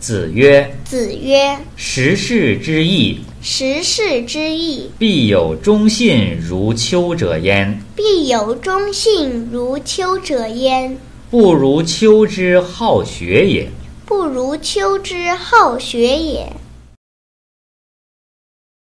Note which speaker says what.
Speaker 1: 子曰
Speaker 2: 子曰：“
Speaker 1: 时事之易，：“
Speaker 2: 时事之易，
Speaker 1: 必有忠信如丘者焉。
Speaker 2: 必有忠信如丘者焉。
Speaker 1: 不如丘之好学也。”
Speaker 2: 不如丘之好学也。